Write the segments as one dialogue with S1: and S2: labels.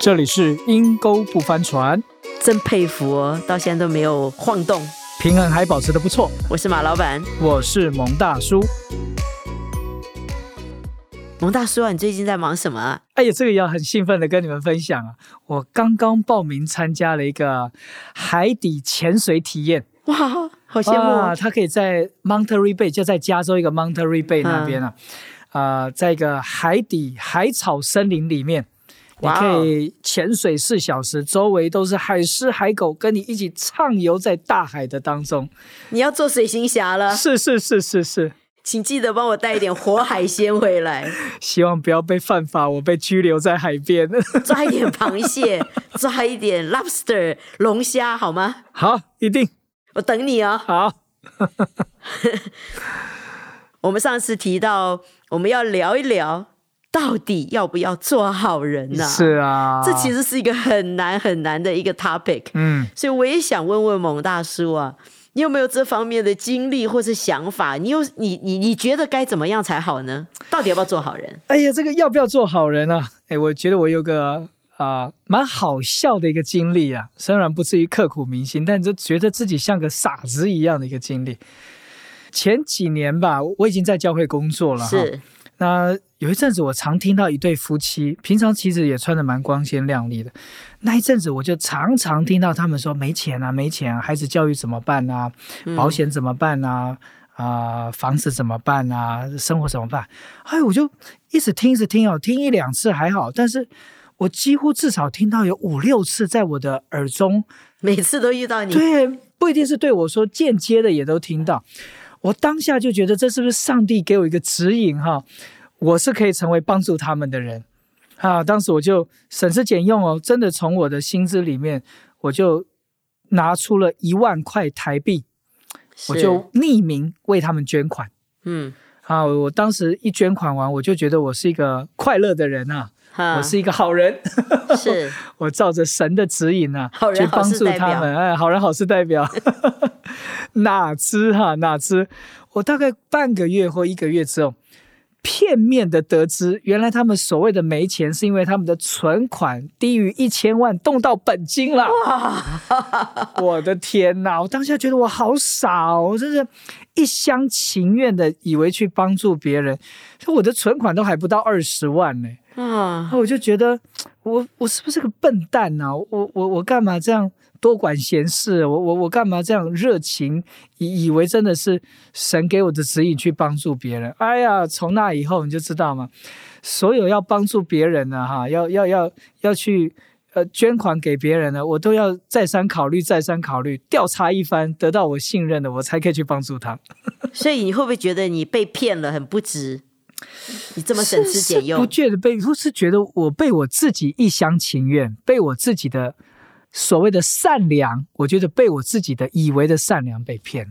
S1: 这里是阴沟不翻船，
S2: 真佩服哦，到现在都没有晃动。
S1: 平衡还保持的不错。
S2: 我是马老板，
S1: 我是蒙大叔。
S2: 蒙大叔啊，你最近在忙什么啊？
S1: 哎呀，这个也要很兴奋的跟你们分享啊！我刚刚报名参加了一个海底潜水体验，
S2: 哇，好羡慕
S1: 啊！
S2: 啊！
S1: 它可以在 Monterey Bay，就在加州一个 Monterey
S2: 嗯
S1: Bay 那边啊，啊、在一个海底海草森林里面，你
S2: 哇哦
S1: 可以潜水四小时，周围都是海狮、海狗，跟你一起畅游在大海的当中。
S2: 你要做水行侠了，
S1: 是是是是是，
S2: 啊请记得帮我带一点活海鲜回 来，
S1: 希望不要被犯法，我被拘留在海边。
S2: 抓一点螃蟹，抓一点 lobster 龙虾好吗？
S1: 好，一定
S2: 我等你哦。
S1: 好。
S2: 我们上次提到，我们要聊一聊，到底要不要做好人呢、
S1: 是啊，
S2: 这其
S1: 实
S2: 实是一个很难很难的一个 topic。
S1: 嗯，
S2: 所以我也想问问蒙大叔啊，你有没有这方面的经历或是想法？你有你你你觉得该怎么样才好呢？到底要不要做好人？
S1: 哎呀，这个要不要做好人啊？哎，我觉得我有个啊、蛮好笑的一个经历啊，虽然不至于刻骨铭心，但就觉得自己像个傻子一样的一个经历。前几年吧，我已经在教会工作了哈。
S2: 是
S1: 那有一阵子，我常听到一对夫妻，平常其实也穿的蛮光鲜亮丽的。那一阵子，我就常常听到他们说没钱啊，没钱啊，孩子教育怎么办啊，保险怎么办啊，啊、房子怎么办啊，生活怎么办？哎，我就一直听，一直听哦，听一两次还好，但是我几乎至少听到有五六次在我的耳中
S2: 每次都遇到你，
S1: 对，不一定是对我说，间接的也都听到。我当下就觉得这是不是上帝给我一个指引哈？我是可以成为帮助他们的人啊！当时我就省吃俭用哦，真的从我的薪资里面，我就拿出了一万块台币，
S2: 是
S1: 我就匿名为他们捐款
S2: 嗯，
S1: 啊！我当时一捐款完，我就觉得我是一个快乐的人啊，
S2: 哈
S1: 我是一个好人。
S2: 是
S1: 我照着神的指引啊
S2: 好，人
S1: 去帮助他
S2: 好事代
S1: 们。哎，好人好事代 表，哪知哈、哪知，我大概半个月或一个月之后，片面的得知，原来他们所谓的没钱，是因为他们的存款低于一千万，动到本金了。我的天哪！我当下觉得我好傻哦，我真是一厢情愿的以为去帮助别人，我的存款都还不到二十万呢、然
S2: 啊，
S1: 后我就觉得，我我是不是个笨蛋呢、我我我干嘛这样多管闲事？我我我干嘛这样热情，以以为真的是神给我的指引去帮助别人？哎呀，从那以后你就知道嘛，所有要帮助别人的、哈，要要要要去呃捐款给别人的，我都要再三考虑，再三考虑，调查一番，得到我信任的，我才可以去帮助他。
S2: 所以你会不会觉得你被骗了，很不值？你这么省吃俭
S1: 是是
S2: 用
S1: 不，觉得被，不是觉得我被我自己一厢情愿，被我自己的所谓的善良，我觉得被我自己的以为的善良被骗了。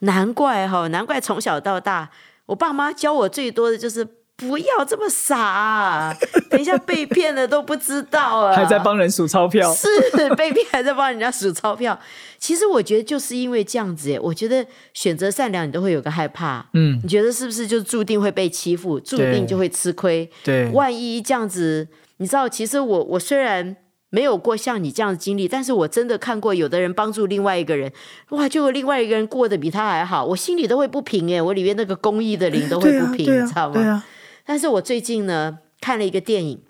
S2: 难怪哈、难怪从小到大，我爸妈教我最多的就是不要这么傻啊、等一下被骗了都不知道 啊，
S1: 还在帮人数钞票，
S2: 是被骗，还在帮人家数钞票。其实我觉得就是因为这样子欸耶，我觉得选择善良，你都会有个害怕。
S1: 嗯，
S2: 你觉得是不是就注定会被欺负，注定就会吃亏？
S1: 对，
S2: 万一这样子，你知道，其实我我虽然没有过像你这样的经历，但是我真的看过有的人帮助另外一个人，哇，就有另外一个人过得比他还好，我心里都会不平哎，我里面那个公益的灵都会
S1: 对
S2: 不
S1: 啊，
S2: 平，
S1: 对
S2: 你知道
S1: 啊，
S2: 吗？
S1: 对啊。
S2: 但是我最近呢看了一个电影，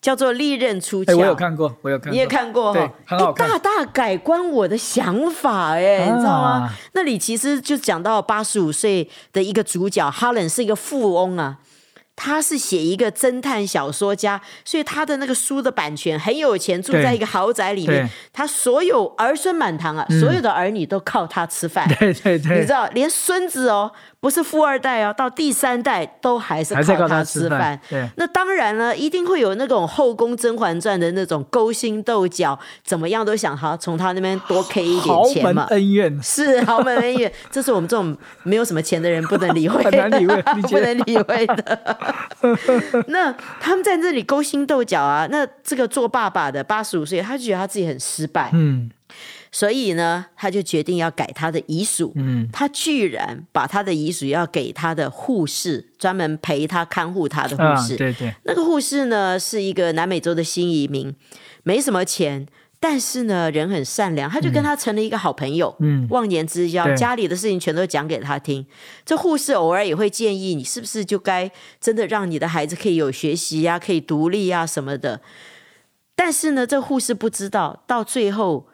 S2: 叫做《利刃出鞘
S1: 哎，》，我有看过，我有看过，
S2: 你也看过哈、
S1: 对很好
S2: 一
S1: 看
S2: 大大改观我的想法哎、
S1: 啊
S2: 你知道吗？那里其实就讲到八十五岁的一个主角哈伦是一个富翁啊。他是写一个侦探小说家，所以他的那个书的版权很有钱，住
S1: 对
S2: 在一个豪宅里
S1: 对，
S2: 面
S1: 嗯
S2: 他所有儿孙满堂啊，所有的儿女都靠他吃饭。
S1: 对对
S2: 你知
S1: 对，
S2: 道，连孙子哦，不是富二代哦，到第三代都还是
S1: 还在
S2: 靠
S1: 靠他
S2: 吃
S1: 吃
S2: 饭
S1: 饭。对
S2: 那当然了，一定会有那种后宫《甄嬛传》的那种勾心斗角，怎么样都想好从他那边多 K 一点
S1: 豪
S2: 钱
S1: 门
S2: 嘛。
S1: 恩怨，
S2: 是豪门恩 怨，这是我们这种没有什么钱的人不能理会
S1: 很难理会理解
S2: 不能理会 的。那他们在这里勾心斗角啊，那这个做爸爸的八十五岁，他就觉得他自己很失败，
S1: 嗯，
S2: 所以呢，他就决定要改他的遗属。
S1: 嗯，
S2: 他居然把他的遗属要给他的护士，专门陪他看护他的
S1: 啊
S2: 护士。
S1: 对对，
S2: 那个护士呢，是一个南美洲的新移民，没什么钱，但是呢，人很善良，他就跟他成了一个好朋友。
S1: 嗯
S2: 忘年之交，
S1: 对
S2: 家里的事情全都讲给他听。这护士偶尔也会建议你，是不是就该真的让你的孩子可以有学习呀、可以独立呀、什么的。但是呢，这护士不知道，到最后，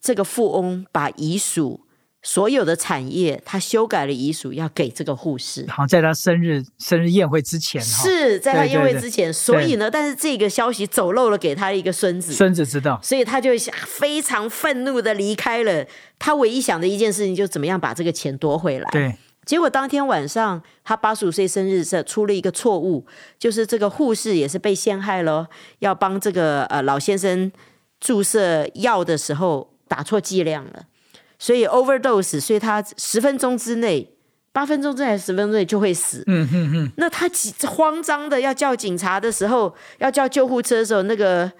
S2: 这个富翁把遗属所有的产业，他修改了遗属，要给这个护士。
S1: 好像在他生日生日宴会之前哈，
S2: 是在他
S1: 对对
S2: 宴会
S1: 对
S2: 之前，所以呢，但是这个消息走漏了给他一个孙子，
S1: 孙子知道，
S2: 所以他就想非常愤怒的离开了。他唯一想的一件事情就是怎么样把这个钱夺回来。
S1: 对，
S2: 结果当天晚上，他八十五岁生日时出了一个错误，就是这个护士也是被陷害了，要帮这个呃老先生注射药的时候打错剂量了，所以 overdose，所以他十分钟之内。八分钟之内还是十分钟之内就会死，
S1: 嗯哼哼，
S2: 那他急慌张的要叫警察的时候，要叫救护车的时候，那个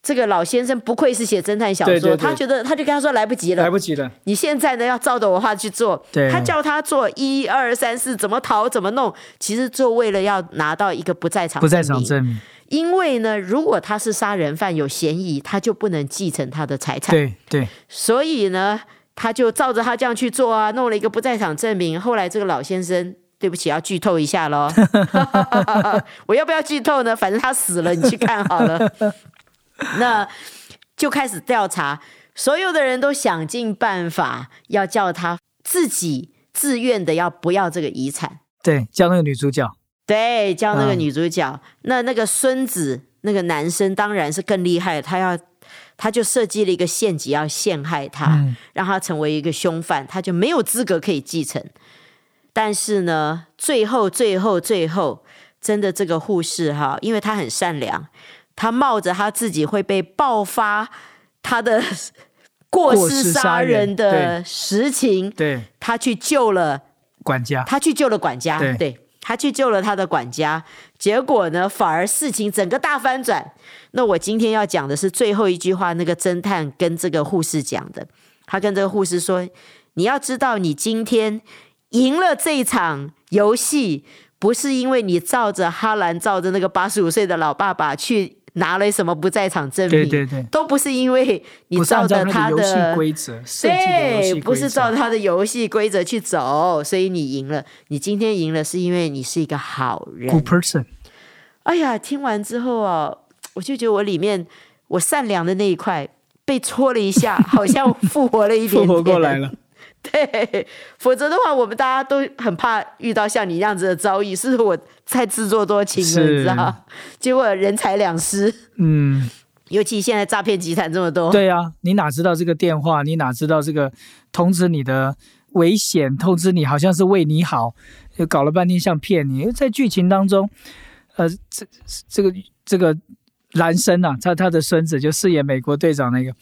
S2: 这个老先生不愧是写侦探小说，
S1: 对对对
S2: 他觉得他就跟他说来不及
S1: 来
S2: 了，
S1: 不及了，
S2: 你现在呢要照着我话去做。
S1: 对
S2: 他叫他做一二三四，怎么逃怎么弄，其实就为了要拿到一个不在场
S1: 不在
S2: 证
S1: 场
S2: 明
S1: 证明，
S2: 因为呢，如果他是杀人犯有嫌疑，他就不能继承他的财产。
S1: 对对，
S2: 所以呢，他就照着他这样去做啊，弄了一个不在场证明。后来这个老先生，对不起，要剧透一下喽。 我要不要剧透呢？反正他死了，你去看好了。 那就开始调查，所有的人都想尽办法要叫他自己自愿的要不要这个遗产。
S1: 对，叫那个女主角，
S2: 对，叫那个
S1: 嗯
S2: 女主角。那那个孙子，那个男生当然是更厉害，他要他就设计了一个陷阱，要陷害他，
S1: 嗯
S2: 让他成为一个凶犯，他就没有资格可以继承。但是呢，最后最后最后，真的这个护士哈，因为他很善良，他冒着他自己会被爆发他的 过
S1: 过
S2: 失
S1: 失杀
S2: 杀人
S1: 人
S2: 的实情，
S1: 对，
S2: 他去救了
S1: 管家，
S2: 他去救了管家，
S1: 对
S2: 他去救了他的管家，结果呢，反而事情整个大翻转。那我今天要讲的是最后一句话，那个侦探跟这个护士讲的，他跟这个护士说：“你要知道，你今天赢了这一场游戏，不是因为你照着哈兰，照着那个八十五岁的老爸爸去。”拿了什么不在场证明？
S1: 对对对
S2: 都不是因为你
S1: 不是
S2: 照
S1: 按照
S2: 着
S1: 那
S2: 他
S1: 个游
S2: 的
S1: 戏规则设计的游戏
S2: 对，
S1: 规则，
S2: 不是照他的游戏规则去走，所以你赢了。你今天赢了，是因为你是一个好
S1: good
S2: 人。
S1: person，
S2: 哎呀，听完之后啊，我就觉得我里面我善良的那一块被戳了一下，好 像复活 了一点
S1: 复
S2: 点。
S1: 活过来了，
S2: 对，否则的话，我们大家都很怕遇到像你那样子的遭遇，是不是我太自作多情了，
S1: 是
S2: 你知道？ 结果人财两失，
S1: 嗯。
S2: 尤其现在诈骗集团这么多。
S1: 对啊，你哪知道这个电话？你哪知道这个呃通知你的危险？通知你好像是为你好，呃又搞了半天像骗你。因为在剧情当中，呃，这这个这个男生啊，他他的孙子就饰演美国队长那个，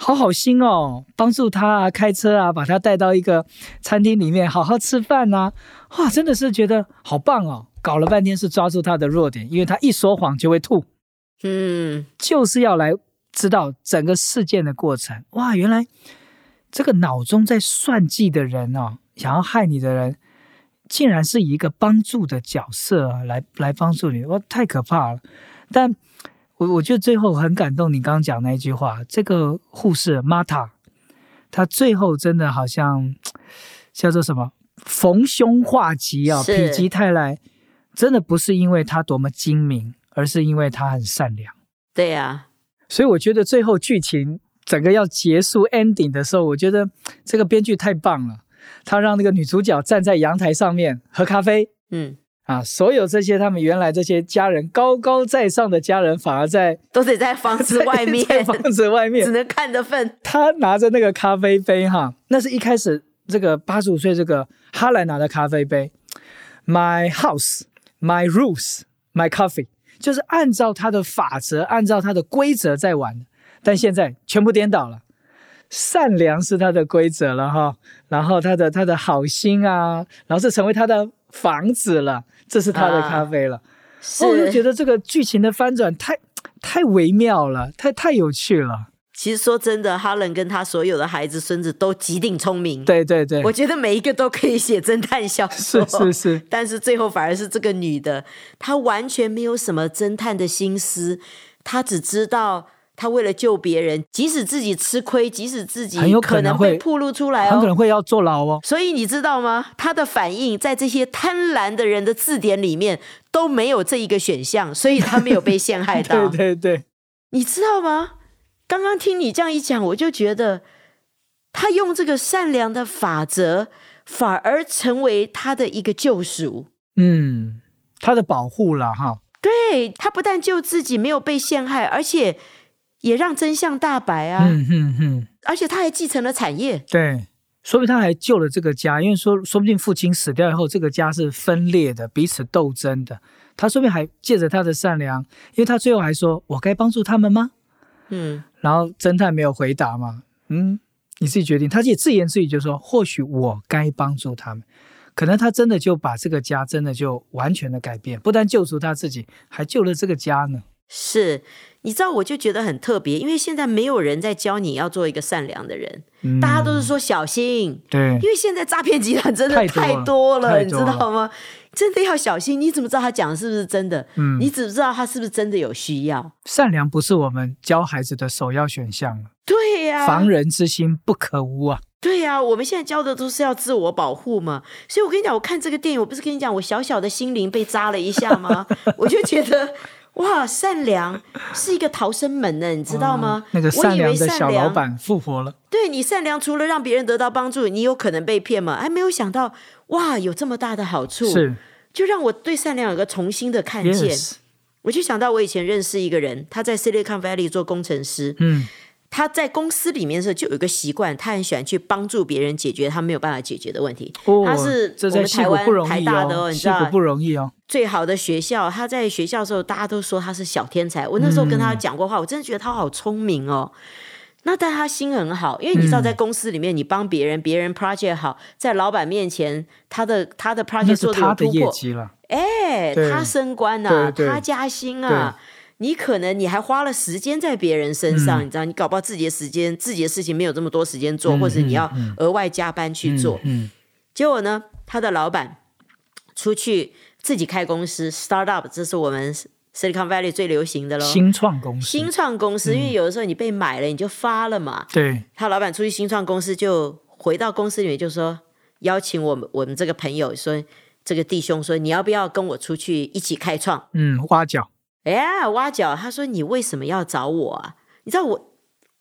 S1: 好好心哦，帮助他啊，开车啊，把他带到一个餐厅里面好好吃饭呐、哇，真的是觉得好棒哦。搞了半天是抓住他的弱点，因为他一说谎就会吐。
S2: 嗯，
S1: 就是要来知道整个事件的过程。哇，原来这个脑中在算计的人哦，想要害你的人，竟然是以一个帮助的角色、啊、来来帮助你，哇，太可怕了！但我我觉得最后很感动，你刚刚讲那一句话，这个护士 Mata，她最后真的好像叫做什么逢凶化吉啊，
S2: 是
S1: 否极泰来，真的不是因为她多么精明，而是因为她很善良。
S2: 对啊呀、
S1: 所以我觉得最后剧情整个要结束 ending 的时候，我觉得这个编剧太棒了，他让那个女主角站在阳台上面喝咖啡
S2: 嗯，
S1: 啊，所有这些他们原来这些家人高高在上的家人，反而在
S2: 都得在房子外面。
S1: 在房子外面
S2: 只，能看的份。
S1: 他拿着那个咖啡杯哈，那是一开始这个八十五岁这个哈兰拿的咖啡杯，My house, my rules, my coffee，就是按照他的法则，按照他的规则在玩的。但现在全部颠倒了，善良是他的规则了哈，然后他的他的好心啊，然后这成为他的房子了，这是他的
S2: 啊
S1: 咖啡了。
S2: 是
S1: 哦，我就觉得这个剧情的翻转太太微妙了，太太有趣了。
S2: 其实说真的，哈伦跟他所有的孩子孙子都极顶聪明，
S1: 对对对，
S2: 我觉得每一个都可以写侦探小
S1: 是
S2: 说。
S1: 是是，
S2: 但是最后反而是这个女的，她完全没有什么侦探的心思，她只知道她为了救别人，即使自己吃亏，即使自己
S1: 很有可
S2: 可
S1: 能
S2: 能
S1: 会
S2: 被暴露出来
S1: 很可
S2: 哦。
S1: 能会要坐牢哦。
S2: 所以你知道吗？她的反应在这些贪婪的人的字典里面都没有这一个选项，所以她没有被陷害 到。
S1: 对对对，
S2: 你知道吗？刚刚听你这样一讲，我就觉得他用这个善良的法则，反而成为他的一个救赎。
S1: 嗯，他的保护了哈，
S2: 对他不但救自己没有被陷害，而且也让真相大白啊！
S1: 嗯哼哼，
S2: 而且他还继承了产业。
S1: 对。说不定他还救了这个家，因为说说不定父亲死掉以后，这个家是分裂的，彼此斗争的。他说不定还借着他的善良，因为他最后还说：“我该帮助他们吗？”
S2: 嗯，
S1: 然后侦探没有回答嘛，嗯，你自己决定。他也自言自语就说，或许我该帮助他们，可能他真的就把这个家真的就完全的改变，不但救赎他自己，还救了这个家呢。
S2: 是。你知道，我就觉得很特别，因为现在没有人在教你要做一个善良的人，
S1: 嗯
S2: 大家都是说小心，
S1: 对
S2: 因为现在诈骗集团真的
S1: 太
S2: 太
S1: 多了啊
S2: 多了，
S1: 太
S2: 你
S1: 多
S2: 知
S1: 了
S2: 道吗？真的要小心。你怎么知道他讲的是不是真的？
S1: 嗯
S2: 你只知道他是不是真的有需要。
S1: 善良不是我们教孩子的首要选项了，
S2: 对啊呀、
S1: 防人之心不可无啊。
S2: 对呀、我们现在教的都是要自我保护嘛。所以我跟你讲，我看这个电影，我不是跟你讲，我小小的心灵被扎了一下 吗？我就觉得。哇，善良是一个逃生门呢，你知道吗？
S1: 嗯那个善良
S2: 我以为
S1: 的
S2: 善
S1: 小老
S2: 良
S1: 板复活了，
S2: 对你善良，除了让别人得到帮助，你有可能被骗嘛？哎，没有想到，哇，有这么大的好处，
S1: 是
S2: 就让我对善良有个重新的看见。
S1: yes，
S2: 我就想到我以前认识一个人，他在 Silicon Valley 做工程师，
S1: 嗯
S2: 他在公司里面的时候就有一个习惯，他很喜欢去帮助别人解决他没有办法解决的问题。
S1: 哦，
S2: 他是
S1: 这
S2: 我们
S1: 在戏
S2: 台
S1: 骨
S2: 湾
S1: 不容
S2: 台
S1: 易
S2: 大的
S1: 哦，
S2: 你知
S1: 戏
S2: 道
S1: 骨不容易哦，
S2: 最好的学校，他在学校的时候，大家都说他是小天才。我那时候跟他讲过话，我真的觉得他好聪明哦。那但他心很好，因为你知道，在公司里面，你帮别人，别人 project 好，在老板面前，他的他的
S1: 那
S2: project
S1: 是
S2: 做的
S1: 他
S2: 有
S1: 的
S2: 突
S1: 业
S2: 破，
S1: 绩了，
S2: 哎，
S1: 对
S2: 他升官啊，
S1: 对对
S2: 他加薪啊，你可能你还花了时间在别人身上，你知道，你搞不好自己的时间、自己的事情没有这么多时间做，
S1: 嗯
S2: 或者你要
S1: 嗯
S2: 额外加班去做。
S1: 嗯，
S2: 结果呢，他的老板出去自己开公司，startup，这是我们 Silicon Valley 最流行的
S1: 嗯
S2: 喽。
S1: 新嗯创公司，
S2: 新创公司，因为有的时候你被买了，你就发了嘛。
S1: 对，
S2: 他老板出去新创公司，就回到公司里面就说邀请我们我们这个朋友说这个弟兄说你要不要跟我出去一起开创？
S1: 嗯，挖角，
S2: 哎呀，挖角，他说你为什么要找我啊？你知道我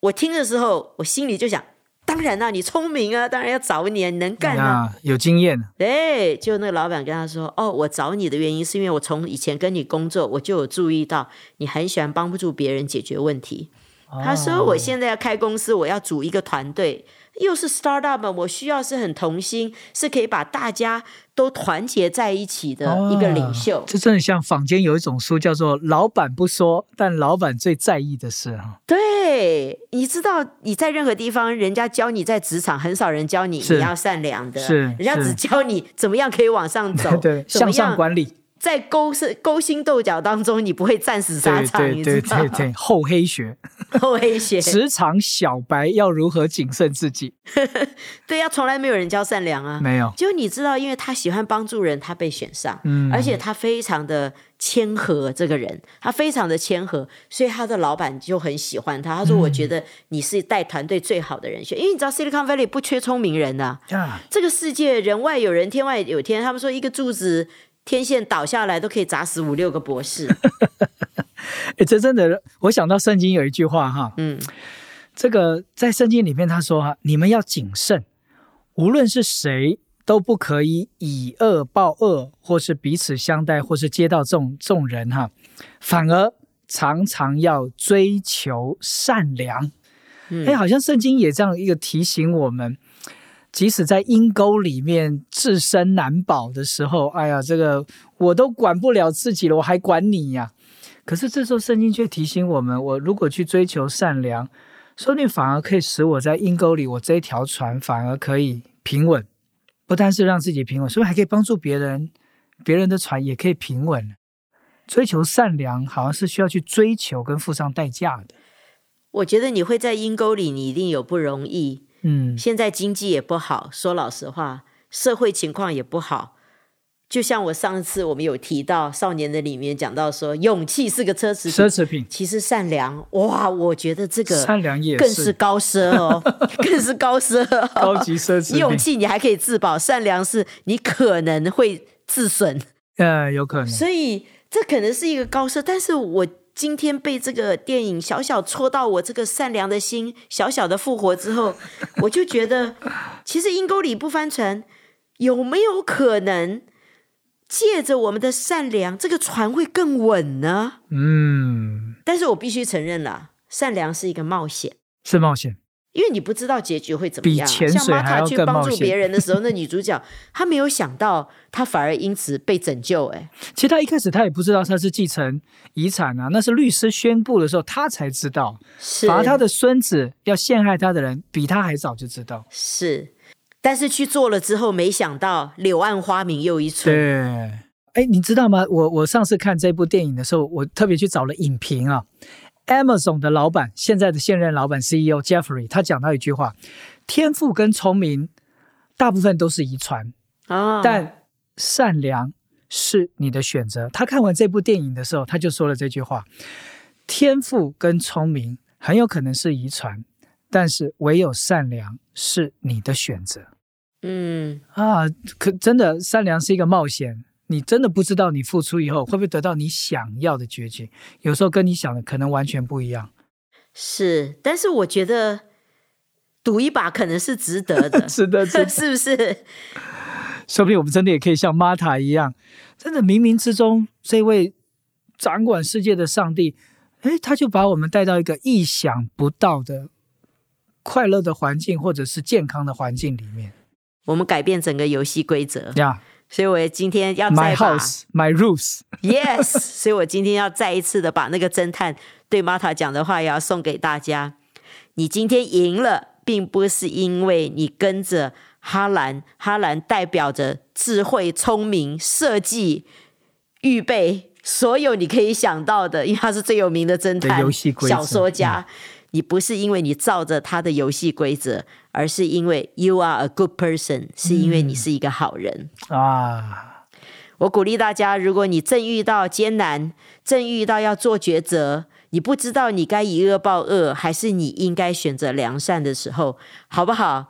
S2: 我听的时候，我心里就想，当然啦、你聪明啊，当然要找你啊，你能干啊。
S1: 啊，有经验，
S2: 对，就那个老板跟他说：“哦，我找你的原因是因为我从以前跟你工作，我就有注意到你很喜欢帮助别人解决问题。”他说：“
S1: 哦
S2: 我现在要开公司，我要组一个团队，又是 startup，我需要是很同心，是可以把大家都团结在一起的一个领袖。
S1: 哦这真的像坊间有一种书叫做“老板不说，但老板最在意的事”哈，
S2: 对，你知道你在任何地方，人家教你在职场，很少人教你
S1: 是
S2: 你要善良的，
S1: 是
S2: 人家
S1: 是
S2: 只教你怎么样可以往上 走，
S1: 对，
S2: 怎
S1: 向
S2: 么
S1: 上
S2: 样
S1: 管理，
S2: 在勾是勾心斗角当中，你不会战死沙
S1: 对
S2: 场，
S1: 对
S2: 你
S1: 对
S2: 知道
S1: 对
S2: 吗？
S1: 对，厚黑学，
S2: 后黑学，
S1: 职场小白要如何谨慎自己？
S2: 对呀、从来没有人教善良啊。
S1: 没有，
S2: 就你知道，因为他喜欢帮助人，他被选上，
S1: 嗯
S2: 而且他非常的谦和，这个人他非常的谦和，所以他的老板就很喜欢他。他说：“我觉
S1: 嗯
S2: 得你是带团队最好的人选，因为你知道 Silicon Valley 不缺聪明人呐、
S1: 呀，
S2: 这个世界人外有人，天外有天。他们说一个柱子天线倒下来都可以砸死五六个博士。
S1: 哎，这真的，我想到圣经有一句话哈，
S2: 嗯，
S1: 这个在圣经里面他说哈，你们要谨慎，无论是谁都不可以以恶报恶，或是彼此相待，或是接到这种这种人哈，反而常常要追求善良。
S2: 嗯
S1: 哎，好像圣经也这样一个提醒我们。即使在阴沟里面自身难保的时候，哎呀，这个我都管不了自己了，我还管你呀、可是这时候圣经却提醒我们，我如果去追求善良，说不定反而可以使我在阴沟里，我这一条船反而可以平稳，不单是让自己平稳，是不是还可以帮助别人？别人的船也可以平稳。追求善良好像是需要去追求跟付上代价的。
S2: 我觉得你会在阴沟里，你一定有不容易。
S1: 嗯
S2: 现在经济也不好，说老实话，社会情况也不好。就像我上次我们有提到《少年的》里面讲到说，勇气是个奢侈
S1: 奢
S2: 品，
S1: 侈品，
S2: 其实善良，哇，我觉得这个
S1: 善良也
S2: 更是高奢 哦，更是高奢、哦，
S1: 高级奢 侈
S2: 勇
S1: 品，
S2: 气你还可以自保，善良是你可能会自损，
S1: 呃，有可能
S2: 所以这可能是一个高奢。但是我今天被这个电影小小戳到我这个善良的心，小小的复活之 后，我就觉得，其实阴沟里不翻船，有没有可能借着我们的善良，这个船会更稳呢？
S1: 嗯
S2: 但是我必须承认啦，善良是一个冒险。
S1: 是冒险，
S2: 因为你不知道结局会怎么样啊。
S1: 比潜
S2: 像
S1: 水
S2: 玛
S1: 还
S2: 塔
S1: 要
S2: 去
S1: 更
S2: 帮
S1: 冒
S2: 助
S1: 险
S2: 别人的时候，那女主角她没有想到，她反而因此被拯救、哎，
S1: 其实他一开始他也不知道他是继承遗产啊，那是律师宣布的时候他才知道，
S2: 是
S1: 反而他的孙子要陷害他的人比他还早就知道。
S2: 是，但是去做了之后，没想到柳暗花明又一村。
S1: 对，哎，你知道吗？我我上次看这部电影的时候，我特别去找了影评啊。Amazon 的老板，现在的现任老板 CEO Jeffrey，他讲到一句话：天赋跟聪明大部分都是遗传，
S2: 啊，
S1: 但善良是你的选择。他看完这部电影的时候，他就说了这句话：天赋跟聪明很有可能是遗传，但是唯有善良是你的选择。
S2: 嗯，
S1: 啊，可真的善良是一个冒险，你真的不知道你付出以后会不会得到你想要的结局，有时候跟你想的可能完全不一样，，
S2: 是，但是我觉得赌一把可能是值得的
S1: 是的， 是
S2: 是不是？
S1: 说不定我们真的也可以像玛塔一样，真的冥冥之中，这位掌管世界的上帝，哎，他就把我们带到一个意想不到的快乐的环境，或者是健康的环境里面
S2: 我们改变整个游戏规则，
S1: 呀。
S2: 所以我今天要
S1: My
S2: 再把
S1: house, my rules，
S2: Yes，所以我今天要再一次的把那个侦探对玛塔讲的话也要送给大家。你今天赢了，并不是因为你跟着哈兰，哈兰代表着智慧、聪明、设计、预备，所有你可以想到的，因为他是最有名的侦探、
S1: 对游戏规则嗯
S2: 小说家。你不是因为你照着他的游戏规则，而是因为 you are a good person，是因为你是一个好人。
S1: 啊，
S2: 我鼓励大家，如果你正遇到艰难，正遇到要做抉择，你不知道你该以恶报恶，还是你应该选择良善的时候，好不好？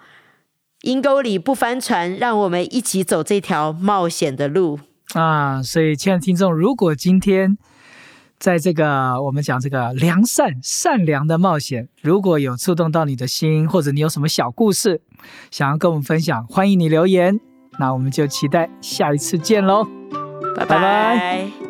S2: 阴沟里不翻船，让我们一起走这条冒险的路。
S1: 啊，所以，亲爱的听众，如果今天在这个我们讲这个良善、善良的冒险，如果有触动到你的心，或者你有什么小故事想要跟我们分享，欢迎你留言。那我们就期待下一次见喽。
S2: 拜
S1: 拜
S2: 拜